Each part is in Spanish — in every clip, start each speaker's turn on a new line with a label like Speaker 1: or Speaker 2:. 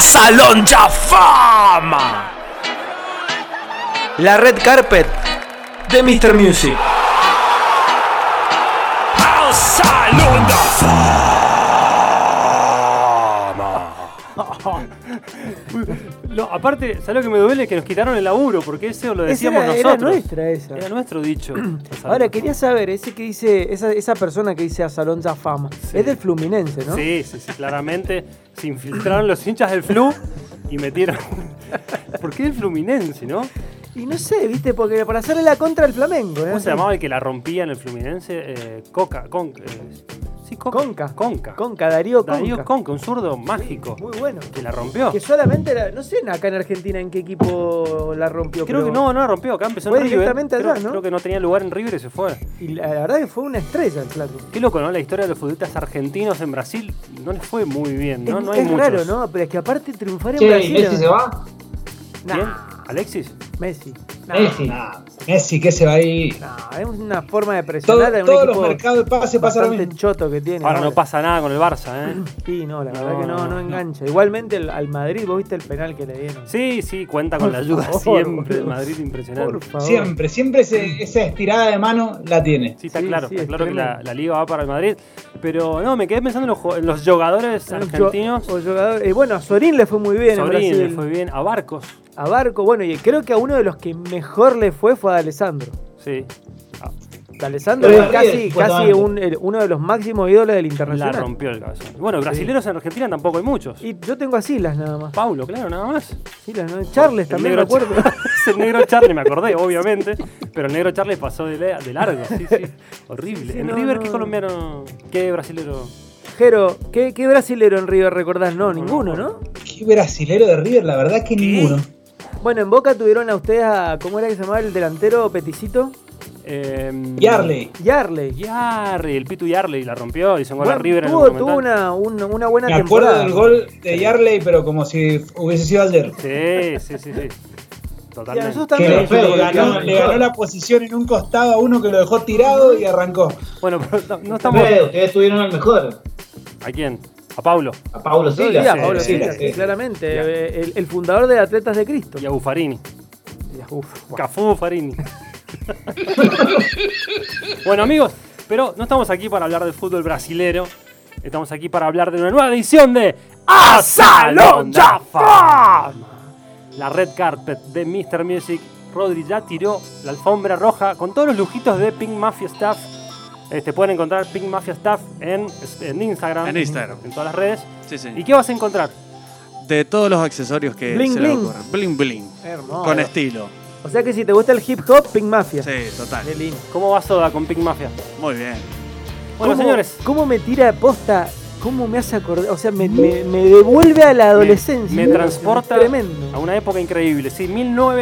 Speaker 1: Salón Fama. La red carpet de Mr. Music. Al Salón da Fama.
Speaker 2: No, aparte, ¿sabes lo que me duele? Que nos quitaron el laburo, porque ese
Speaker 3: Esa
Speaker 2: lo decíamos
Speaker 3: era, era
Speaker 2: nosotros.
Speaker 3: nuestra esa.
Speaker 2: Era nuestro dicho.
Speaker 3: Ahora, quería saber, ese que dice, esa, esa persona que dice a Salón ya fama, es del Fluminense, ¿no?
Speaker 2: Sí, sí, sí, claramente se infiltraron los hinchas del Flu y metieron. ¿Por qué el Fluminense, no?
Speaker 3: Y no sé, viste, porque para hacerle la contra al Flamengo, ¿eh?
Speaker 2: ¿Cómo se llamaba el que la rompía en el Fluminense? Eh, Coca, Con- eh, sí, Coca.
Speaker 3: Conca.
Speaker 2: Conca.
Speaker 3: Conca, Darío Conca.
Speaker 2: Darío Conca, un zurdo mágico.
Speaker 3: Muy bueno.
Speaker 2: Que la rompió.
Speaker 3: Que solamente, la- no sé acá en Argentina en qué equipo la rompió.
Speaker 2: Creo
Speaker 3: pero-
Speaker 2: que no, no la rompió. Acá empezó
Speaker 3: Fue
Speaker 2: en River.
Speaker 3: directamente
Speaker 2: creo,
Speaker 3: allá, ¿no?
Speaker 2: creo que no tenía lugar en River y se fue.
Speaker 3: Y la la verdad que fue una estrella el flaco.
Speaker 2: Qué loco, ¿no? La historia de los futbolistas argentinos en Brasil no les fue muy bien, ¿no?
Speaker 3: es
Speaker 2: no hay
Speaker 3: es
Speaker 2: muchos.
Speaker 3: raro, ¿no? Pero es que aparte triunfar en
Speaker 4: Che,
Speaker 3: Brasil.
Speaker 4: ¿Messi se va?
Speaker 3: Nah,
Speaker 2: ¿Quién? ¿Alexis?
Speaker 3: Messi. Nah,
Speaker 4: Messi. nah, Messi, que se va ahí.
Speaker 3: nah, es una forma de
Speaker 4: Todo-
Speaker 3: presionar a un
Speaker 4: todos los
Speaker 3: equipo
Speaker 4: mercados de pase pasa lo
Speaker 3: bastante
Speaker 4: mismo.
Speaker 3: choto que tiene.
Speaker 2: Ahora no pasa nada con el Barça, ¿eh?
Speaker 3: Sí, no, la
Speaker 2: No,
Speaker 3: verdad que no,
Speaker 2: no,
Speaker 3: no,
Speaker 2: no.
Speaker 3: engancha. Igualmente el- al Madrid, vos viste el penal que le dieron.
Speaker 2: Sí, sí, cuenta con la ayuda
Speaker 3: Por favor,
Speaker 2: siempre. de
Speaker 3: boludo.
Speaker 2: Madrid impresionante.
Speaker 3: Por favor.
Speaker 4: Siempre, siempre ese- esa estirada de mano la tiene.
Speaker 2: Sí, está
Speaker 3: Sí,
Speaker 2: claro,
Speaker 3: sí,
Speaker 2: está
Speaker 3: es
Speaker 2: claro que la,
Speaker 3: tremendo.
Speaker 2: la liga va para el Madrid. Pero no, me quedé pensando en los, jo- en los jugadores
Speaker 3: Yo-
Speaker 2: argentinos.
Speaker 3: o jugador- eh, bueno, a Sorín le fue muy bien en
Speaker 2: Sobrín,
Speaker 3: Brasil.
Speaker 2: le fue bien. A Barcos,
Speaker 3: A Barco, bueno, y creo que a uno de los que mejor le fue fue a D'Alessandro.
Speaker 2: sí. Ah,
Speaker 3: D'Alessandro
Speaker 4: Pero
Speaker 3: es
Speaker 4: Rodríguez,
Speaker 3: casi, casi
Speaker 4: supuestamente.
Speaker 3: un- el- uno de los máximos ídolos del
Speaker 2: la
Speaker 3: internacional.
Speaker 2: rompió el cabezón. Bueno, brasileros en Argentina tampoco hay muchos.
Speaker 3: Y yo tengo a Silas nada más.
Speaker 2: Paulo, claro, nada más.
Speaker 3: Silas, ¿no? Charles
Speaker 2: El
Speaker 3: también me
Speaker 2: negro
Speaker 3: acuerdo.
Speaker 2: Charles- el negro Charlie, me acordé, obviamente. Pero el negro Charlie pasó de, le- de largo, sí, sí. Horrible.
Speaker 3: Sí, sí,
Speaker 2: en
Speaker 3: no,
Speaker 2: River,
Speaker 3: no.
Speaker 2: ¿qué colombiano? ¿Qué brasilero?
Speaker 3: Jero, ¿qué, qué brasilero en River recordás? No,
Speaker 2: No,
Speaker 3: ninguno,
Speaker 2: no.
Speaker 3: ¿no?
Speaker 4: Qué brasilero de River, la verdad que ninguno.
Speaker 3: Bueno, en Boca tuvieron a ustedes a, ¿cómo era que se llamaba el delantero peticito?
Speaker 2: Eh,
Speaker 4: Yarley.
Speaker 3: Yarley.
Speaker 2: Yarley, el Pitu Yarley la rompió, hizo un gol a
Speaker 3: Bueno,
Speaker 2: River
Speaker 3: tuvo,
Speaker 2: en el
Speaker 3: tuvo
Speaker 2: Monumental.
Speaker 3: una, una- una buena
Speaker 4: Me acuerdo
Speaker 3: temporada.
Speaker 4: del gol de Yarley, pero como si hubiese sido Alder.
Speaker 2: Sí, sí, sí, sí.
Speaker 3: Y a
Speaker 2: Totalmente.
Speaker 3: nosotros
Speaker 4: Que
Speaker 3: también.
Speaker 4: le, fue,
Speaker 3: Nosotros
Speaker 4: le ganó,
Speaker 3: golpeamos.
Speaker 4: le ganó la posición en un costado a uno que lo dejó tirado y arrancó.
Speaker 2: Bueno, pero no, no estamos.
Speaker 5: Ustedes, ustedes tuvieron al mejor.
Speaker 2: ¿A quién? A Paulo
Speaker 5: A Paulo
Speaker 3: Sí,
Speaker 5: Silas.
Speaker 3: a
Speaker 4: sí,
Speaker 3: Pablo
Speaker 4: sí,
Speaker 3: Silas,
Speaker 4: sí.
Speaker 3: sí, claramente. eh, El, el fundador de Atletas de Cristo.
Speaker 2: y a Buffarini.
Speaker 3: Ya, uf, bueno.
Speaker 2: Cafú Farini. bueno, amigos, pero no estamos aquí para hablar del fútbol brasilero. Estamos aquí para hablar de una nueva edición de A Salón da Fama. La red carpet de Mr. Music. Rodri ya tiró la alfombra roja con todos los lujitos de Pink Mafia Staff. Este, pueden encontrar Pink Mafia Staff en, en Instagram.
Speaker 6: En Instagram.
Speaker 2: En todas las redes.
Speaker 6: Sí, sí.
Speaker 2: ¿Y qué vas a encontrar?
Speaker 6: De todos los accesorios que
Speaker 3: Bling,
Speaker 6: se le
Speaker 3: bling.
Speaker 6: ocurran. Bling bling.
Speaker 3: Hermoso.
Speaker 6: Con estilo.
Speaker 3: O sea que si te gusta el hip hop, Pink Mafia.
Speaker 6: Sí, total.
Speaker 3: Qué lindo.
Speaker 2: ¿Cómo va Soda con Pink Mafia?
Speaker 6: Muy bien.
Speaker 2: Bueno,
Speaker 3: ¿Cómo-
Speaker 2: señores.
Speaker 3: ¿Cómo me tira posta? ¿Cómo me hace acordar? O sea,
Speaker 4: Mm.
Speaker 3: me, me- me devuelve a la adolescencia.
Speaker 2: Me, me
Speaker 3: Es
Speaker 2: transporta a
Speaker 3: Tremendo.
Speaker 2: una época increíble. Sí,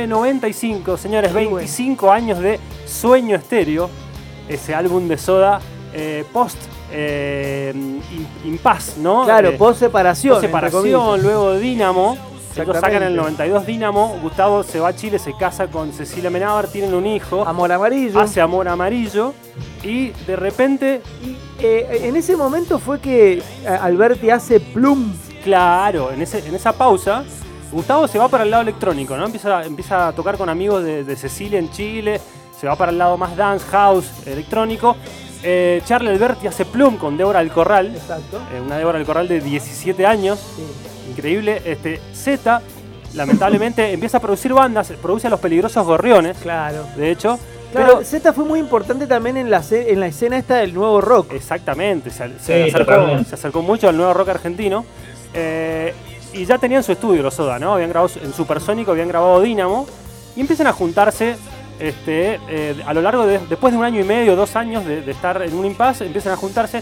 Speaker 2: 1995, señores,
Speaker 3: Qué bueno.
Speaker 2: 25 años de Sueño Estéreo, ese álbum de soda eh, post eh, in- impas, ¿no?
Speaker 3: Claro,
Speaker 2: Eh,
Speaker 3: post separación.
Speaker 2: post
Speaker 3: entre
Speaker 2: separación,
Speaker 3: comillas.
Speaker 2: luego Dinamo. Ellos sacan en el
Speaker 3: Exactamente.
Speaker 2: 92 Dinamo, Gustavo se va a Chile, se casa con Cecilia Menábar, tienen un hijo,
Speaker 3: Amor amarillo.
Speaker 2: hace amor amarillo y de repente,
Speaker 3: Eh, en ese momento fue que eh, Alberti hace plum.
Speaker 2: claro, en, ese- en esa pausa, Gustavo se va para el lado electrónico, ¿no? Empieza, empieza a tocar con amigos de, de Cecilia en Chile, se va para el lado más dance, house, electrónico. Eh, Charlie Alberti hace plum con Débora del Corral,
Speaker 3: Exacto.
Speaker 2: eh, una Débora del Corral de 17 años, increíble. Este, Z, lamentablemente, empieza a producir bandas, produce a los peligrosos gorriones,
Speaker 3: Claro.
Speaker 2: de hecho.
Speaker 3: Claro,
Speaker 2: pero
Speaker 3: Z fue muy importante también en la, ce- en la escena esta del nuevo
Speaker 2: Eh,
Speaker 3: rock.
Speaker 2: Exactamente, se, se
Speaker 5: Sí,
Speaker 2: acercó,
Speaker 5: totalmente.
Speaker 2: se acercó mucho al nuevo rock argentino. Eh, y ya tenían su estudio los Soda, ¿no? Habían grabado su- en Supersónico, habían grabado Dynamo. Y empiezan a juntarse este, eh, a lo largo de. Después de un año y medio, dos años de, de estar en un impasse, empiezan a juntarse.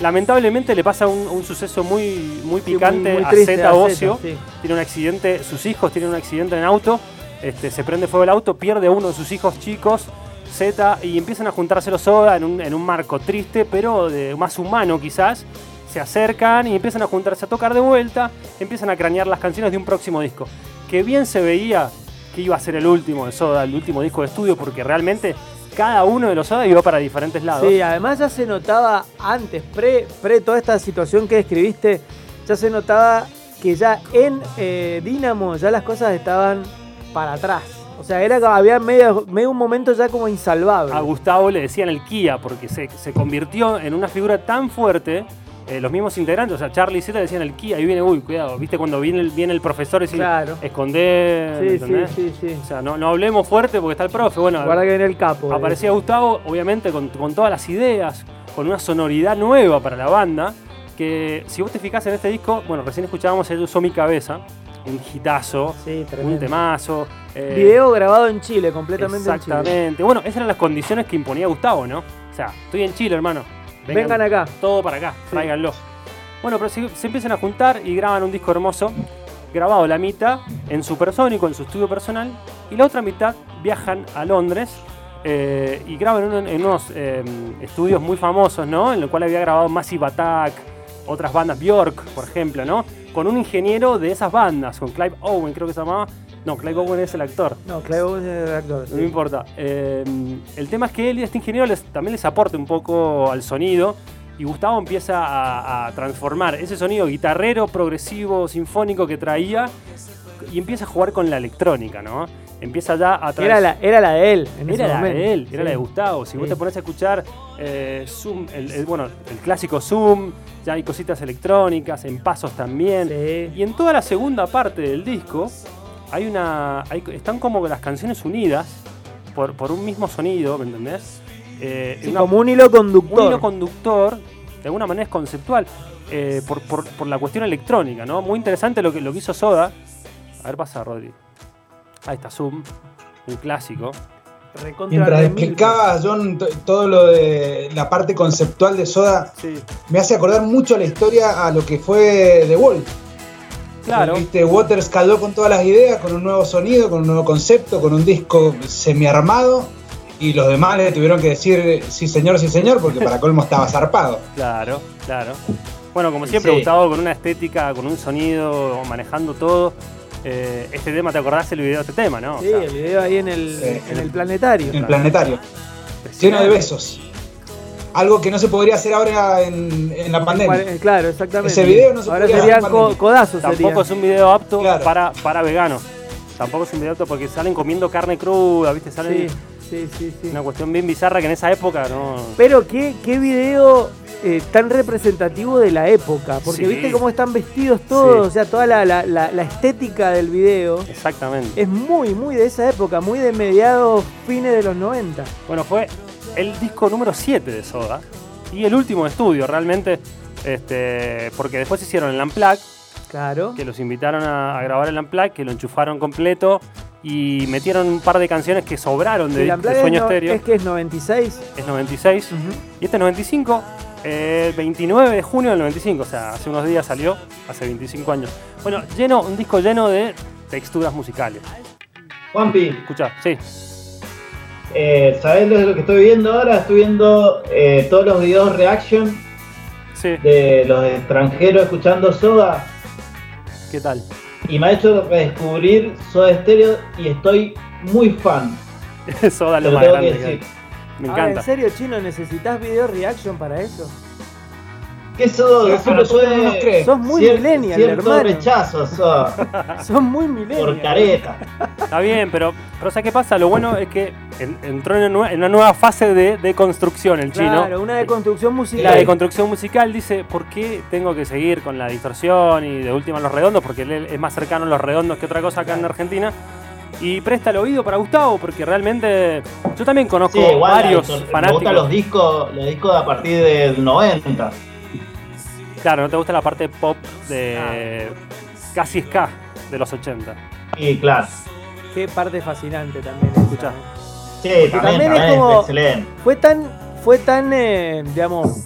Speaker 2: Lamentablemente le pasa un, un suceso muy, muy
Speaker 3: Sí, muy-
Speaker 2: picante
Speaker 3: muy
Speaker 2: a
Speaker 3: triste
Speaker 2: Zeta
Speaker 3: a Zeta,
Speaker 2: Ocio.
Speaker 3: sí.
Speaker 2: Tiene un accidente, sus hijos tienen un accidente en auto. Este, se prende fuego el auto, pierde a uno de sus hijos chicos. Z y empiezan a juntarse los soda en un, en un marco triste, pero de- más humano quizás. Se acercan y empiezan a juntarse a tocar de vuelta, empiezan a cranear las canciones de un próximo disco. Que bien se veía que iba a ser el último de Soda, el último disco de estudio, porque realmente cada uno de los Soda iba para diferentes lados.
Speaker 3: Sí, además ya se notaba antes, pre, pre toda esta situación que describiste, ya se notaba que ya en eh, Dinamo ya las cosas estaban para atrás. O sea, era como- había medio, medio un momento ya como insalvable.
Speaker 2: A Gustavo le decían el Kia porque se, se convirtió en una figura tan fuerte. eh, los mismos integrantes, o sea, Charlie y Z decían el Kia, ahí viene, uy, cuidado, ¿viste cuando viene el, viene el profesor y dice,
Speaker 3: Claro.
Speaker 2: esconder?
Speaker 3: sí, sí, sí, sí.
Speaker 2: O sea, no, no hablemos fuerte porque está el profe. Bueno,
Speaker 3: Guarda que viene el capo. eh.
Speaker 2: aparecía Gustavo, obviamente, con, con todas las ideas, con una sonoridad nueva para la banda. Que si vos te fijás en este disco, bueno, recién escuchábamos el usó mi cabeza, un hitazo,
Speaker 3: Sí,
Speaker 2: un
Speaker 3: tremendo.
Speaker 2: temazo. eh,
Speaker 3: Video grabado en Chile, completamente en Chile.
Speaker 2: Exactamente. Bueno, esas eran las condiciones que imponía Gustavo, ¿no? O sea, estoy en Chile, hermano.
Speaker 3: Vengan acá.
Speaker 2: Todo para acá, tráiganlo. Bueno, pero se, se empiezan a juntar y graban un disco hermoso. Grabado la mitad en Supersónico, en su estudio personal. Y la otra mitad viajan a Londres eh, y graban uno- en unos eh, estudios muy famosos, ¿no? En lo cual había grabado Massive Attack, otras bandas, Bjork, por ejemplo, ¿no? Con un ingeniero de esas bandas, con Clive Owen, creo que se llamaba. No, Clive Owen es el actor.
Speaker 3: No, Cleo es el actor.
Speaker 2: No me
Speaker 3: sí.
Speaker 2: importa. Eh, el tema es que él y este ingeniero les- también les aporte un poco al sonido. Y Gustavo empieza a, a transformar ese sonido guitarrero, progresivo, sinfónico que traía. Y empieza a jugar con la electrónica, ¿no? Empieza ya a trans-
Speaker 3: Era la, era la de él. En ese
Speaker 2: era la
Speaker 3: momento.
Speaker 2: de él, era
Speaker 3: Sí.
Speaker 2: la de Gustavo. Si vos
Speaker 3: Sí.
Speaker 2: te pones a escuchar eh, Zoom, el, el- bueno, el clásico Zoom, ya hay cositas electrónicas, en pasos también.
Speaker 3: Sí.
Speaker 2: Y en toda la segunda parte del disco hay una. hay- están como las canciones unidas por, por un mismo sonido, ¿me entendés? Eh,
Speaker 3: Sí,
Speaker 2: una-
Speaker 3: como un hilo conductor.
Speaker 2: un hilo conductor, de alguna manera es conceptual, eh, por, por- por la cuestión electrónica, ¿no? Muy interesante lo que, lo que hizo Soda. A ver, pasa, Rodri. Ahí está Zoom, un clásico.
Speaker 3: Recontra
Speaker 4: Mientras
Speaker 3: remil.
Speaker 4: explicabas, John, t- todo lo de la parte conceptual de Soda,
Speaker 2: Sí,
Speaker 4: me hace acordar mucho la historia a lo que fue The Wall.
Speaker 2: claro.
Speaker 4: Viste, Waters caló con todas las ideas, con un nuevo sonido, con un nuevo concepto, con un disco semiarmado. Y los demás le tuvieron que decir sí señor, sí señor, porque para colmo estaba zarpado.
Speaker 2: Claro, claro. Bueno, como siempre,
Speaker 4: Sí.
Speaker 2: Gustavo, con una estética, con un sonido, manejando todo. Eh, este tema, ¿te acordás el video de este tema, no? O
Speaker 3: Sí,
Speaker 2: sea,
Speaker 3: el video ahí en el,
Speaker 4: Sí.
Speaker 3: en el planetario.
Speaker 4: En el planetario, lleno
Speaker 2: impresionante.
Speaker 4: de besos. Algo que no se podría hacer ahora en, en la pandemia.
Speaker 3: Cuare- Claro, exactamente.
Speaker 4: Ese video no se
Speaker 3: Ahora
Speaker 4: podía
Speaker 3: sería
Speaker 4: hacer
Speaker 3: co-
Speaker 4: pandemia.
Speaker 3: codazo.
Speaker 2: Tampoco
Speaker 3: sería.
Speaker 2: es un video apto
Speaker 4: Claro.
Speaker 2: para, para veganos. Tampoco es un video apto porque salen comiendo carne cruda, ¿viste? Salen
Speaker 3: Sí, sí, sí. sí.
Speaker 2: una cuestión bien bizarra que en esa época no.
Speaker 3: Pero qué, qué video eh, tan representativo de la época. Porque
Speaker 2: Sí.
Speaker 3: viste cómo están vestidos todos.
Speaker 2: Sí.
Speaker 3: O sea, toda la, la- la- la estética del video
Speaker 2: Exactamente.
Speaker 3: es muy, muy de esa época. Muy de mediados, fines de los 90.
Speaker 2: Bueno, fue el disco número 7 de Soda y el último de estudio, realmente. Este, porque después hicieron el Unplugged,
Speaker 3: Claro.
Speaker 2: que los invitaron a, a grabar el Unplugged, que lo enchufaron completo y metieron un par de canciones que sobraron de,
Speaker 3: El
Speaker 2: de
Speaker 3: Unplugged es
Speaker 2: Sueño
Speaker 3: no-
Speaker 2: Estéreo.
Speaker 3: es que es 96.
Speaker 2: Es 96. Y este es 95, eh, 29 de junio del 95, o sea, hace unos días salió, hace 25 años. Bueno, lleno, un disco lleno de texturas musicales.
Speaker 5: Juanpi,
Speaker 2: Escucha, sí,
Speaker 5: eh, ¿sabés lo, lo que estoy viendo ahora? Estoy viendo eh, todos los videos reaction
Speaker 2: sí,
Speaker 5: de los extranjeros escuchando Soda
Speaker 2: ¿qué tal?
Speaker 5: y me ha hecho redescubrir Soda Stereo y estoy muy fan.
Speaker 2: Soda
Speaker 5: Te
Speaker 2: lo
Speaker 5: lo
Speaker 2: más
Speaker 5: tengo que
Speaker 2: grande. que hay.
Speaker 5: decir.
Speaker 2: Me
Speaker 3: Ahora, Ah, ¿en
Speaker 2: encanta.
Speaker 3: serio, Chino, necesitas video reaction para eso?
Speaker 5: ¿Qué Soda? Que siempre
Speaker 4: nosotros no nos
Speaker 5: fue
Speaker 4: cree.
Speaker 3: Sos muy
Speaker 5: cier-
Speaker 3: millennial,
Speaker 5: cierto
Speaker 3: hermano.
Speaker 5: rechazo a Soda
Speaker 2: Ah.
Speaker 3: Son muy
Speaker 5: por
Speaker 3: milenios.
Speaker 5: careta.
Speaker 2: Está bien, pero, pero ¿sabes qué pasa? Lo bueno es que en- entró en una, nue- en una nueva fase de, de construcción el chino.
Speaker 3: Claro, una deconstrucción
Speaker 2: La
Speaker 3: musical.
Speaker 2: de construcción musical dice, ¿por qué tengo que seguir con la distorsión y de última los redondos? Porque él es más cercano a los redondos que otra cosa acá en Argentina. Y presta el oído para Gustavo, porque realmente yo también conozco
Speaker 5: Sí, igual
Speaker 2: varios
Speaker 5: me gustan los
Speaker 2: fanáticos.
Speaker 5: discos, los discos a partir del 90.
Speaker 2: Claro, no te gusta la parte pop
Speaker 5: Ah.
Speaker 2: de casi ska de los 80.
Speaker 5: Y claro.
Speaker 3: Qué parte fascinante también. esa,
Speaker 2: Escuchá.
Speaker 3: ¿eh?
Speaker 5: Sí, también,
Speaker 3: también
Speaker 5: también,
Speaker 3: es como-
Speaker 5: excelente.
Speaker 3: Fue tan, fue tan, eh, digamos,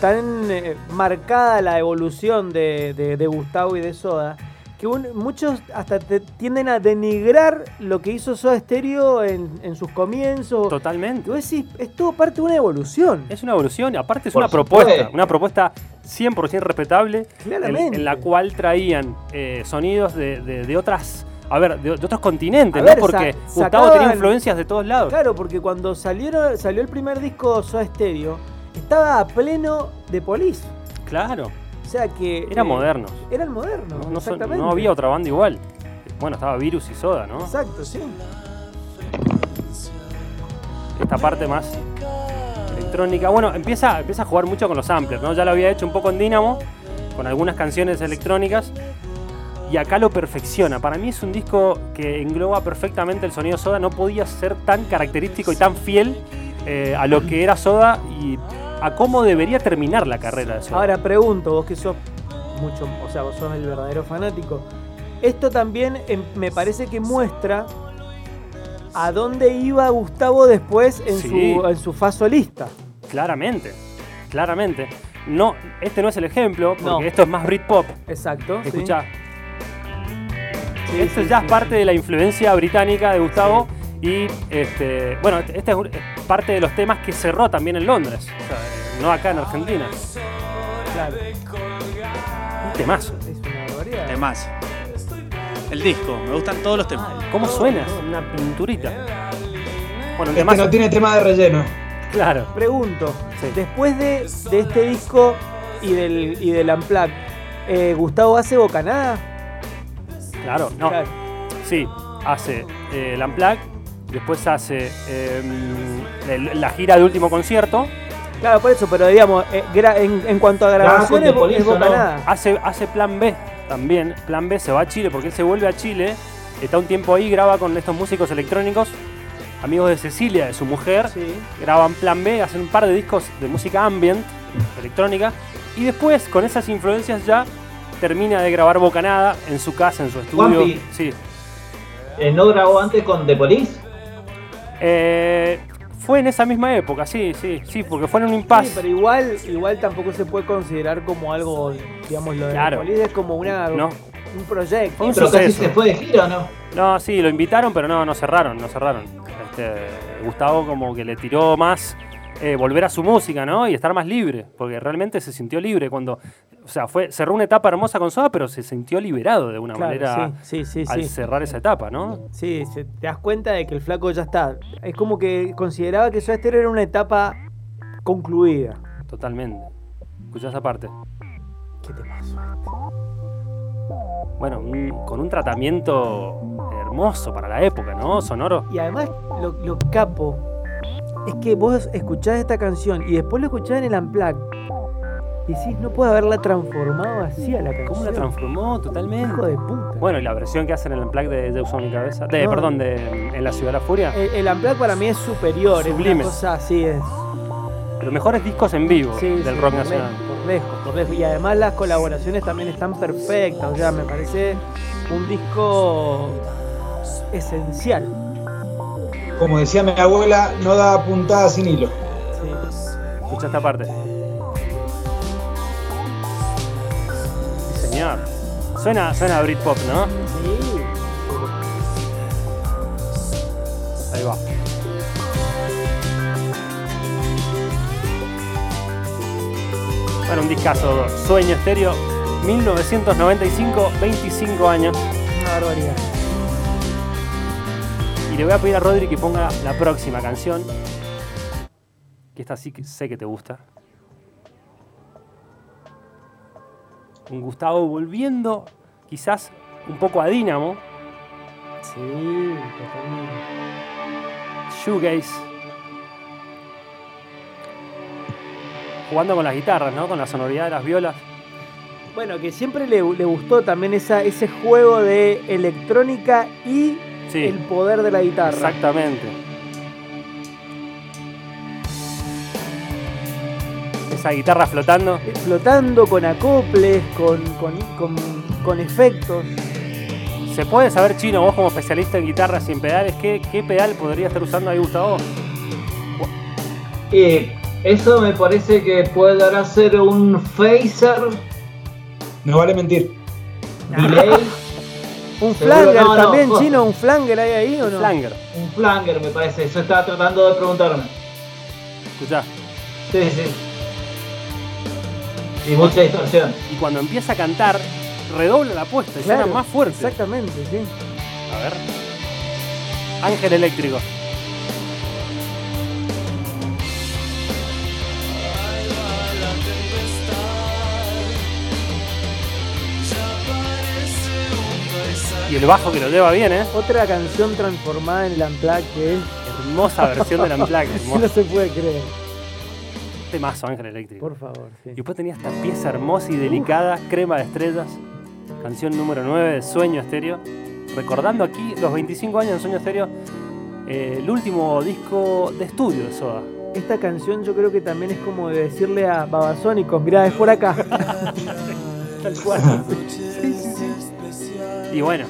Speaker 3: tan eh, marcada la evolución de, de- de Gustavo y de Soda que un- muchos hasta te- tienden a denigrar lo que hizo Soda Stereo en, en sus comienzos. Y
Speaker 2: Totalmente.
Speaker 3: vos decís, es todo parte de una evolución.
Speaker 2: Es una evolución, y aparte es
Speaker 5: Por
Speaker 2: una
Speaker 5: supuesto.
Speaker 2: propuesta, una propuesta 100% respetable en,
Speaker 3: Claramente.
Speaker 2: en la cual traían eh, sonidos de, de- de otras, a ver, de, de otros continentes,
Speaker 3: A
Speaker 2: ¿no?
Speaker 3: ver,
Speaker 2: Porque
Speaker 3: sa-
Speaker 2: Gustavo tenía
Speaker 3: sacaban-
Speaker 2: influencias de todos lados.
Speaker 3: Claro, porque cuando salieron, salió el primer disco Soda Stereo, estaba a pleno de Police.
Speaker 2: Claro.
Speaker 3: O sea que. eh,
Speaker 2: Eran modernos.
Speaker 3: Eran modernos,
Speaker 2: No, no son-
Speaker 3: exactamente.
Speaker 2: no había otra banda igual. Bueno, estaba Virus y Soda, ¿no?
Speaker 3: Exacto, sí.
Speaker 2: Esta parte más electrónica. Bueno, empieza, empieza a jugar mucho con los samplers, ¿no? Ya lo había hecho un poco en Dynamo, con algunas canciones electrónicas. Y acá lo perfecciona. Para mí es un disco que engloba perfectamente el sonido Soda. No podía ser tan característico y tan fiel eh, a lo que era Soda y a cómo debería terminar la carrera de Soda.
Speaker 3: Ahora pregunto, vos que sos mucho, o sea, vos sos el verdadero fanático. Esto también em, me parece que muestra a dónde iba Gustavo después en
Speaker 2: Sí.
Speaker 3: su en su faz solista.
Speaker 2: Claramente, claramente. No, este no es el ejemplo, porque
Speaker 3: No.
Speaker 2: esto es más Britpop.
Speaker 3: Exacto. sí.
Speaker 2: Escuchá.
Speaker 3: Sí,
Speaker 2: esto
Speaker 3: sí,
Speaker 2: ya
Speaker 3: sí.
Speaker 2: es parte de la influencia británica de Gustavo. Y este, bueno, este es un- es parte de los temas que cerró también en Londres, o sea, eh, no acá en Argentina.
Speaker 3: Claro,
Speaker 2: Un temazo.
Speaker 3: es una barbaridad.
Speaker 2: Em,
Speaker 6: Además, el disco, me gustan todos los temas.
Speaker 2: ¿Cómo suena? Es Una pinturita. Bueno, un
Speaker 4: Este
Speaker 2: temazo.
Speaker 4: no tiene tema de relleno.
Speaker 2: Claro.
Speaker 3: Pregunto,
Speaker 2: Sí.
Speaker 3: después de, de este disco y del y del Unplugged, eh, Gustavo hace bocanada.
Speaker 2: Claro, no.
Speaker 3: Claro.
Speaker 2: Sí, hace eh, el Unplugged, después hace em, el- la gira de último concierto,
Speaker 3: Claro, por eso, pero digamos, eh, gra- en, en cuanto a grabación es, bo- es
Speaker 5: Cosmopolizo, ¿no?
Speaker 3: bocanada.
Speaker 2: hace, hace plan B también. Plan B se va a Chile porque él se vuelve a Chile, está un tiempo ahí, graba con estos músicos electrónicos, amigos de Cecilia, de su mujer,
Speaker 3: Sí.
Speaker 2: graban Plan B, hacen un par de discos de música ambient, electrónica, y después con esas influencias ya termina de grabar Bocanada en su casa, en su estudio.
Speaker 5: Juanpi.
Speaker 2: Sí.
Speaker 5: Eh, ¿No grabó antes con The Police?
Speaker 2: Eh, fue en esa misma época, sí, sí, sí, porque fue en un impasse.
Speaker 3: Sí, pero igual, igual tampoco se puede considerar como algo, digamos, lo de
Speaker 2: Claro.
Speaker 3: Police es como una,
Speaker 2: No.
Speaker 3: un proyecto.
Speaker 2: Un
Speaker 5: Pero casi
Speaker 2: suceso.
Speaker 5: se fue de gira, ¿no?
Speaker 2: No, sí, lo invitaron, pero no, no cerraron, no cerraron. Este, Gustavo como que le tiró más eh, volver a su música, ¿no? Y estar más libre, porque realmente se sintió libre cuando, o sea, fue cerró una etapa hermosa con Soda, pero se sintió liberado de una
Speaker 3: Claro,
Speaker 2: manera
Speaker 3: sí, sí, sí,
Speaker 2: al
Speaker 3: sí.
Speaker 2: cerrar esa etapa, ¿no?
Speaker 3: Sí, se- te das cuenta de que el flaco ya está. Es como que consideraba que su Stereo era una etapa concluida.
Speaker 2: Totalmente. Escuchá esa parte.
Speaker 3: ¿Qué te pasó?
Speaker 2: Bueno, un- con un tratamiento hermoso para la época, ¿no? Sonoro.
Speaker 3: Y además, lo, lo capo es que vos escuchás esta canción y después lo escuchás en el Unplugged. Y decís, no puede haberla transformado así a la canción.
Speaker 2: ¿Cómo la transformó totalmente?
Speaker 3: Hijo de puta.
Speaker 2: Bueno, y la versión que hacen en el Unplugged de Deus Mi Cabeza. De,
Speaker 3: No.
Speaker 2: Perdón, de mm, En la Ciudad de la Furia.
Speaker 3: El, el Unplugged para mí es superior. Es una
Speaker 2: Sublime.
Speaker 3: cosa así, es.
Speaker 2: Los mejores discos en vivo
Speaker 3: Sí,
Speaker 2: del
Speaker 3: sí,
Speaker 2: rock
Speaker 3: por
Speaker 2: nacional.
Speaker 3: lejos, Por lejos, por lejos. Y además las colaboraciones también están perfectas. O sea, me parece un disco esencial.
Speaker 4: Como decía mi abuela, no da puntada sin hilo.
Speaker 2: Escucha esta parte. Sí, señor. Suena, suena a Britpop, ¿no? Ahí va. Bueno, un discazo. Sueño estéreo. 1995, 25 años.
Speaker 3: Una barbaridad.
Speaker 2: Y le voy a pedir a Rodri que ponga la próxima canción. Que esta sí que sé que te gusta. Un Gustavo volviendo quizás un poco a Dínamo.
Speaker 3: Sí,
Speaker 2: Shoegaze. Jugando con las guitarras, ¿no? Con la sonoridad de las violas.
Speaker 3: Bueno, que siempre le, le gustó también esa, ese juego de electrónica y
Speaker 2: Sí,
Speaker 3: el poder de la guitarra.
Speaker 2: exactamente. Esa guitarra flotando.
Speaker 3: Eh, Flotando con acoples, con, con, con, con efectos.
Speaker 2: ¿Se puede saber, Chino, vos como especialista en guitarras sin pedales, qué, qué pedal podría estar usando ahí Gustavo?
Speaker 5: Y eso me parece que puede dar a ser un phaser,
Speaker 4: No vale mentir.
Speaker 5: delay,
Speaker 3: Un
Speaker 5: Seguro-
Speaker 3: flanger
Speaker 5: no, no,
Speaker 3: también,
Speaker 5: vos-
Speaker 3: chino, un flanger hay ahí o no?
Speaker 2: Flanger,
Speaker 5: un flanger, me parece. Eso estaba tratando de preguntarme.
Speaker 2: escuchá.
Speaker 5: Sí, sí. Y mucha distorsión.
Speaker 2: Y cuando empieza a cantar, redobla la apuesta y
Speaker 3: Claro,
Speaker 2: suena más fuerte.
Speaker 3: Exactamente, sí.
Speaker 2: A ver. Ángel Eléctrico. Y el bajo que lo lleva bien, ¿eh?
Speaker 3: Otra canción transformada en el Unplugged que es.
Speaker 2: Hermosa versión del Unplugged.
Speaker 3: No
Speaker 2: Hermoso
Speaker 3: se puede creer.
Speaker 2: temazo, Ángel Eléctrico.
Speaker 3: Por favor, sí.
Speaker 2: Y después tenía esta pieza hermosa y delicada, Crema de Estrellas, canción número 9 de Sueño Estéreo. Recordando aquí los 25 años de Sueño Estéreo, eh, el último disco de estudio de Soda.
Speaker 3: Esta canción yo creo que también es como de decirle a Babasónicos, mirá, es por acá.
Speaker 2: Tal cual. Y bueno,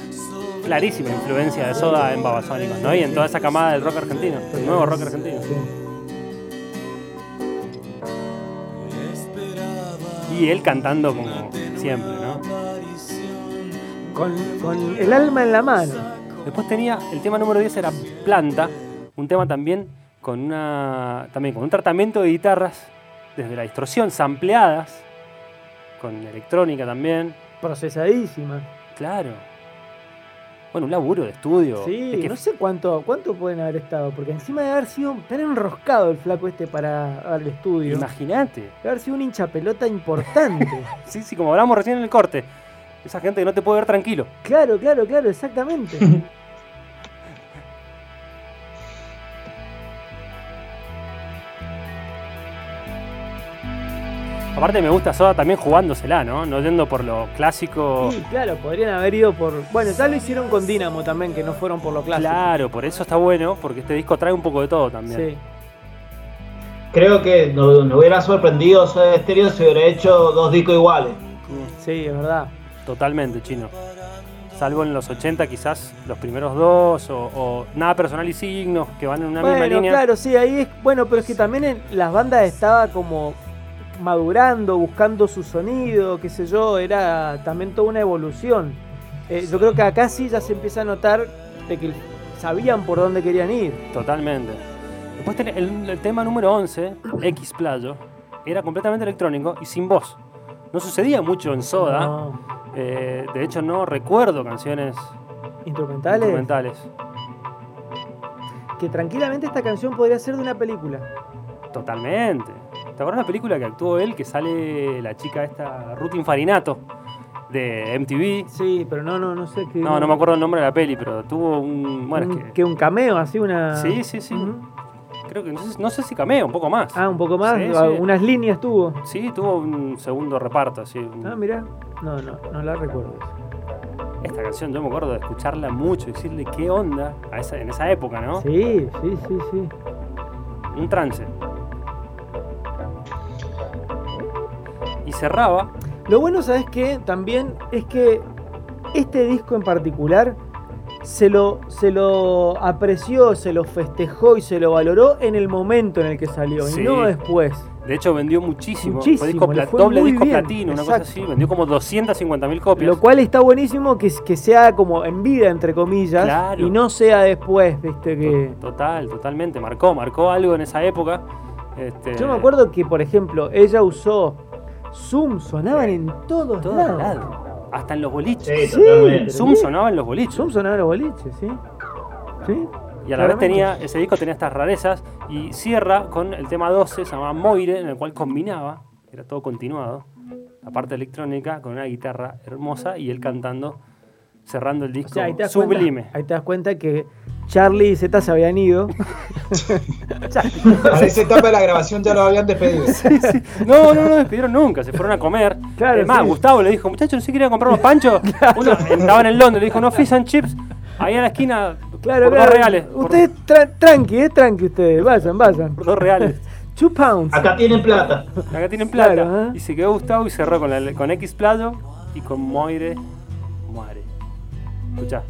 Speaker 2: clarísima influencia de Soda en Babasónicos, ¿no? Y en toda esa camada del rock argentino, el nuevo rock argentino. Y él cantando como siempre, ¿no?
Speaker 3: Con, con el alma en la mano.
Speaker 2: Después tenía el tema número 10 era Planta, un tema también con una también con un tratamiento de guitarras desde la distorsión sampleadas con electrónica también,
Speaker 3: Procesadísima.
Speaker 2: claro. Bueno, un laburo de estudio.
Speaker 3: Sí,
Speaker 2: Es que
Speaker 3: no sé cuánto, cuánto pueden haber estado, porque encima de haber sido tan enroscado el flaco este para al estudio, de
Speaker 2: imagínate.
Speaker 3: haber sido un hincha pelota importante.
Speaker 2: Sí, sí, como hablamos recién en el corte. Esa gente que no te puede ver tranquilo.
Speaker 3: claro, claro, claro, exactamente.
Speaker 2: Aparte me gusta Soda también jugándosela, ¿no? No yendo por lo clásico.
Speaker 3: Sí, claro, podrían haber ido por. Bueno, ya lo hicieron con Dinamo también, que no fueron por lo clásico.
Speaker 2: Claro, por eso está bueno, porque este disco trae un poco de todo también.
Speaker 3: Sí.
Speaker 5: Creo que nos, nos hubiera sorprendido Soda Stereo si hubiera hecho dos discos iguales.
Speaker 3: Sí, es verdad.
Speaker 2: Totalmente, chino. Salvo en los 80, quizás los primeros dos, o, o nada personal y signos que van en una misma
Speaker 3: Bueno,
Speaker 2: línea.
Speaker 3: claro, sí, ahí es. Bueno, pero es que también en- las bandas estaba como madurando, buscando su sonido, qué sé yo, era también toda una evolución. Eh, yo creo que acá sí ya se empieza a notar de que sabían por dónde querían ir.
Speaker 2: Totalmente. Después tenés el, el tema número 11, X Playo, era completamente electrónico y sin voz. No sucedía mucho en Soda.
Speaker 3: No.
Speaker 2: Eh, de hecho, no recuerdo canciones
Speaker 3: Instrumentales,
Speaker 2: instrumentales.
Speaker 3: que tranquilamente esta canción podría ser de una película.
Speaker 2: Totalmente. ¿Te acuerdas la película que actuó él, que sale la chica esta, Ruth Infarinato, de MTV?
Speaker 3: Sí, pero no, no, no sé qué.
Speaker 2: No, no me acuerdo el nombre de la peli, pero tuvo un. Bueno, es
Speaker 3: un-
Speaker 2: que.
Speaker 3: que un cameo, así una.
Speaker 2: Sí, sí, sí.
Speaker 3: Ujú.
Speaker 2: Creo que. No sé, no sé si cameo, un poco más.
Speaker 3: Ah, un poco más,
Speaker 2: Sí,
Speaker 3: ah,
Speaker 2: sí.
Speaker 3: unas líneas tuvo.
Speaker 2: Sí, tuvo un segundo reparto, así. un-
Speaker 3: Ah, mirá. No, no, no la recuerdo.
Speaker 2: Esta canción, yo me acuerdo de escucharla mucho y decirle qué onda a esa- en esa época, ¿no?
Speaker 3: Sí, sí, sí, sí.
Speaker 2: Un trance. Y cerraba.
Speaker 3: Lo bueno, ¿sabes qué? También es que este disco en particular se lo, se lo apreció, se lo festejó y se lo valoró en el momento en el que salió
Speaker 2: Sí.
Speaker 3: y no después.
Speaker 2: De hecho, vendió muchísimo.
Speaker 3: Muchísimo,
Speaker 2: fue disco
Speaker 3: le
Speaker 2: pla-
Speaker 3: fue
Speaker 2: doble
Speaker 3: muy
Speaker 2: disco
Speaker 3: bien,
Speaker 2: platino, una cosa
Speaker 3: exacto.
Speaker 2: así. Vendió como 250.000 copias.
Speaker 3: Lo cual está buenísimo que, que sea como en vida, entre comillas,
Speaker 2: Claro.
Speaker 3: y no sea después, viste, que...
Speaker 2: Total, totalmente. Marcó, marcó algo en esa época. Este,
Speaker 3: Yo me acuerdo que, por ejemplo, ella usó Zoom, sonaban en Eh, todos,
Speaker 2: en todos
Speaker 3: lados.
Speaker 2: lados. Hasta en los boliches.
Speaker 5: Sí,
Speaker 3: Sí.
Speaker 5: totalmente.
Speaker 2: Zoom sonaba en los boliches.
Speaker 3: Zoom sonaban los boliches, ¿sí? ¿Sí?
Speaker 2: y a la vez
Speaker 3: claramente.
Speaker 2: tenía, ese disco tenía estas rarezas. Y cierra con el tema 12, se llamaba Moire, en el cual combinaba, era todo continuado, la parte electrónica con una guitarra hermosa y él cantando, cerrando el disco.
Speaker 3: O sea, ahí te das
Speaker 2: sublime.
Speaker 3: Cuenta, ahí te das cuenta que Charlie y Z se habían ido.
Speaker 4: Para esa etapa de la grabación ya lo habían despedido.
Speaker 2: No, no, no despidieron nunca, se fueron a comer.
Speaker 3: Claro,
Speaker 2: es más,
Speaker 3: sí.
Speaker 2: Gustavo le dijo, muchachos, ¿sí quería comprar unos panchos? Uno estaba en el Londres, le dijo, no, fish and chips, ahí a la esquina,
Speaker 3: Claro,
Speaker 2: por
Speaker 3: claro.
Speaker 2: dos reales. por-
Speaker 3: Ustedes tra- tranqui, eh, tranqui ustedes. Vayan, vayan.
Speaker 2: Por, dos reales.
Speaker 3: Two pounds.
Speaker 5: Acá tienen plata.
Speaker 2: Acá tienen plata.
Speaker 3: Claro, ¿eh?
Speaker 2: Y se quedó Gustavo y cerró con, la- con X Playo y con Moire, Moire. Escuchá.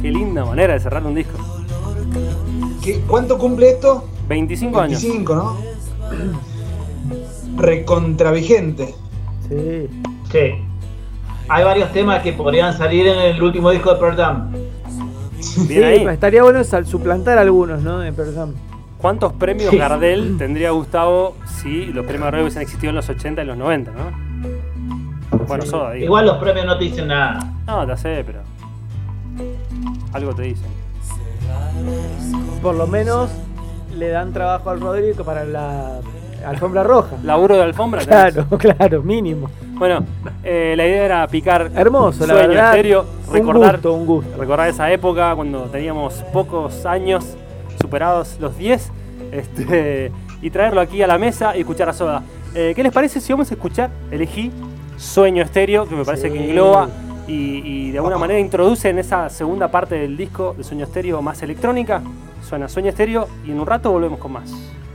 Speaker 2: Qué linda manera de cerrar un disco.
Speaker 4: ¿Qué- ¿Cuánto cumple esto?
Speaker 2: 25 años.
Speaker 4: 25, ¿no? Recontravigente.
Speaker 3: Sí.
Speaker 5: Sí. Hay varios temas que podrían salir en el último disco de Pearl Jam.
Speaker 2: Bien
Speaker 3: Sí, pues,
Speaker 2: ahí.
Speaker 3: Estaría bueno sal- suplantar algunos, ¿no? De Pearl Jam.
Speaker 2: ¿Cuántos premios
Speaker 5: Sí.
Speaker 2: Gardel tendría Gustavo si los premios Gardel hubiesen existido en los 80 y los 90, no? Bueno, Soda, digo.
Speaker 5: Igual los premios no te dicen nada.
Speaker 2: No, ya sé, pero. Algo te dicen.
Speaker 3: Por lo menos le dan trabajo al Rodrigo para la alfombra roja.
Speaker 2: Laburo de alfombra. tenés.
Speaker 3: Claro, claro, mínimo.
Speaker 2: Bueno, eh, la idea era picar
Speaker 3: Hermoso, la
Speaker 2: sueño
Speaker 3: verdad.
Speaker 2: estéreo, recordar,
Speaker 3: Un gusto, un gusto.
Speaker 2: recordar esa época cuando teníamos pocos años, superados los 10, este, y traerlo aquí a la mesa y escuchar a Soda. Eh, ¿Qué les parece si vamos a escuchar? Elegí Sueño Estéreo, que me parece que engloba y, y de alguna manera introduce en esa segunda parte del disco de Sueño Estéreo más electrónica. Suena Sueño Estéreo y en un rato volvemos con más.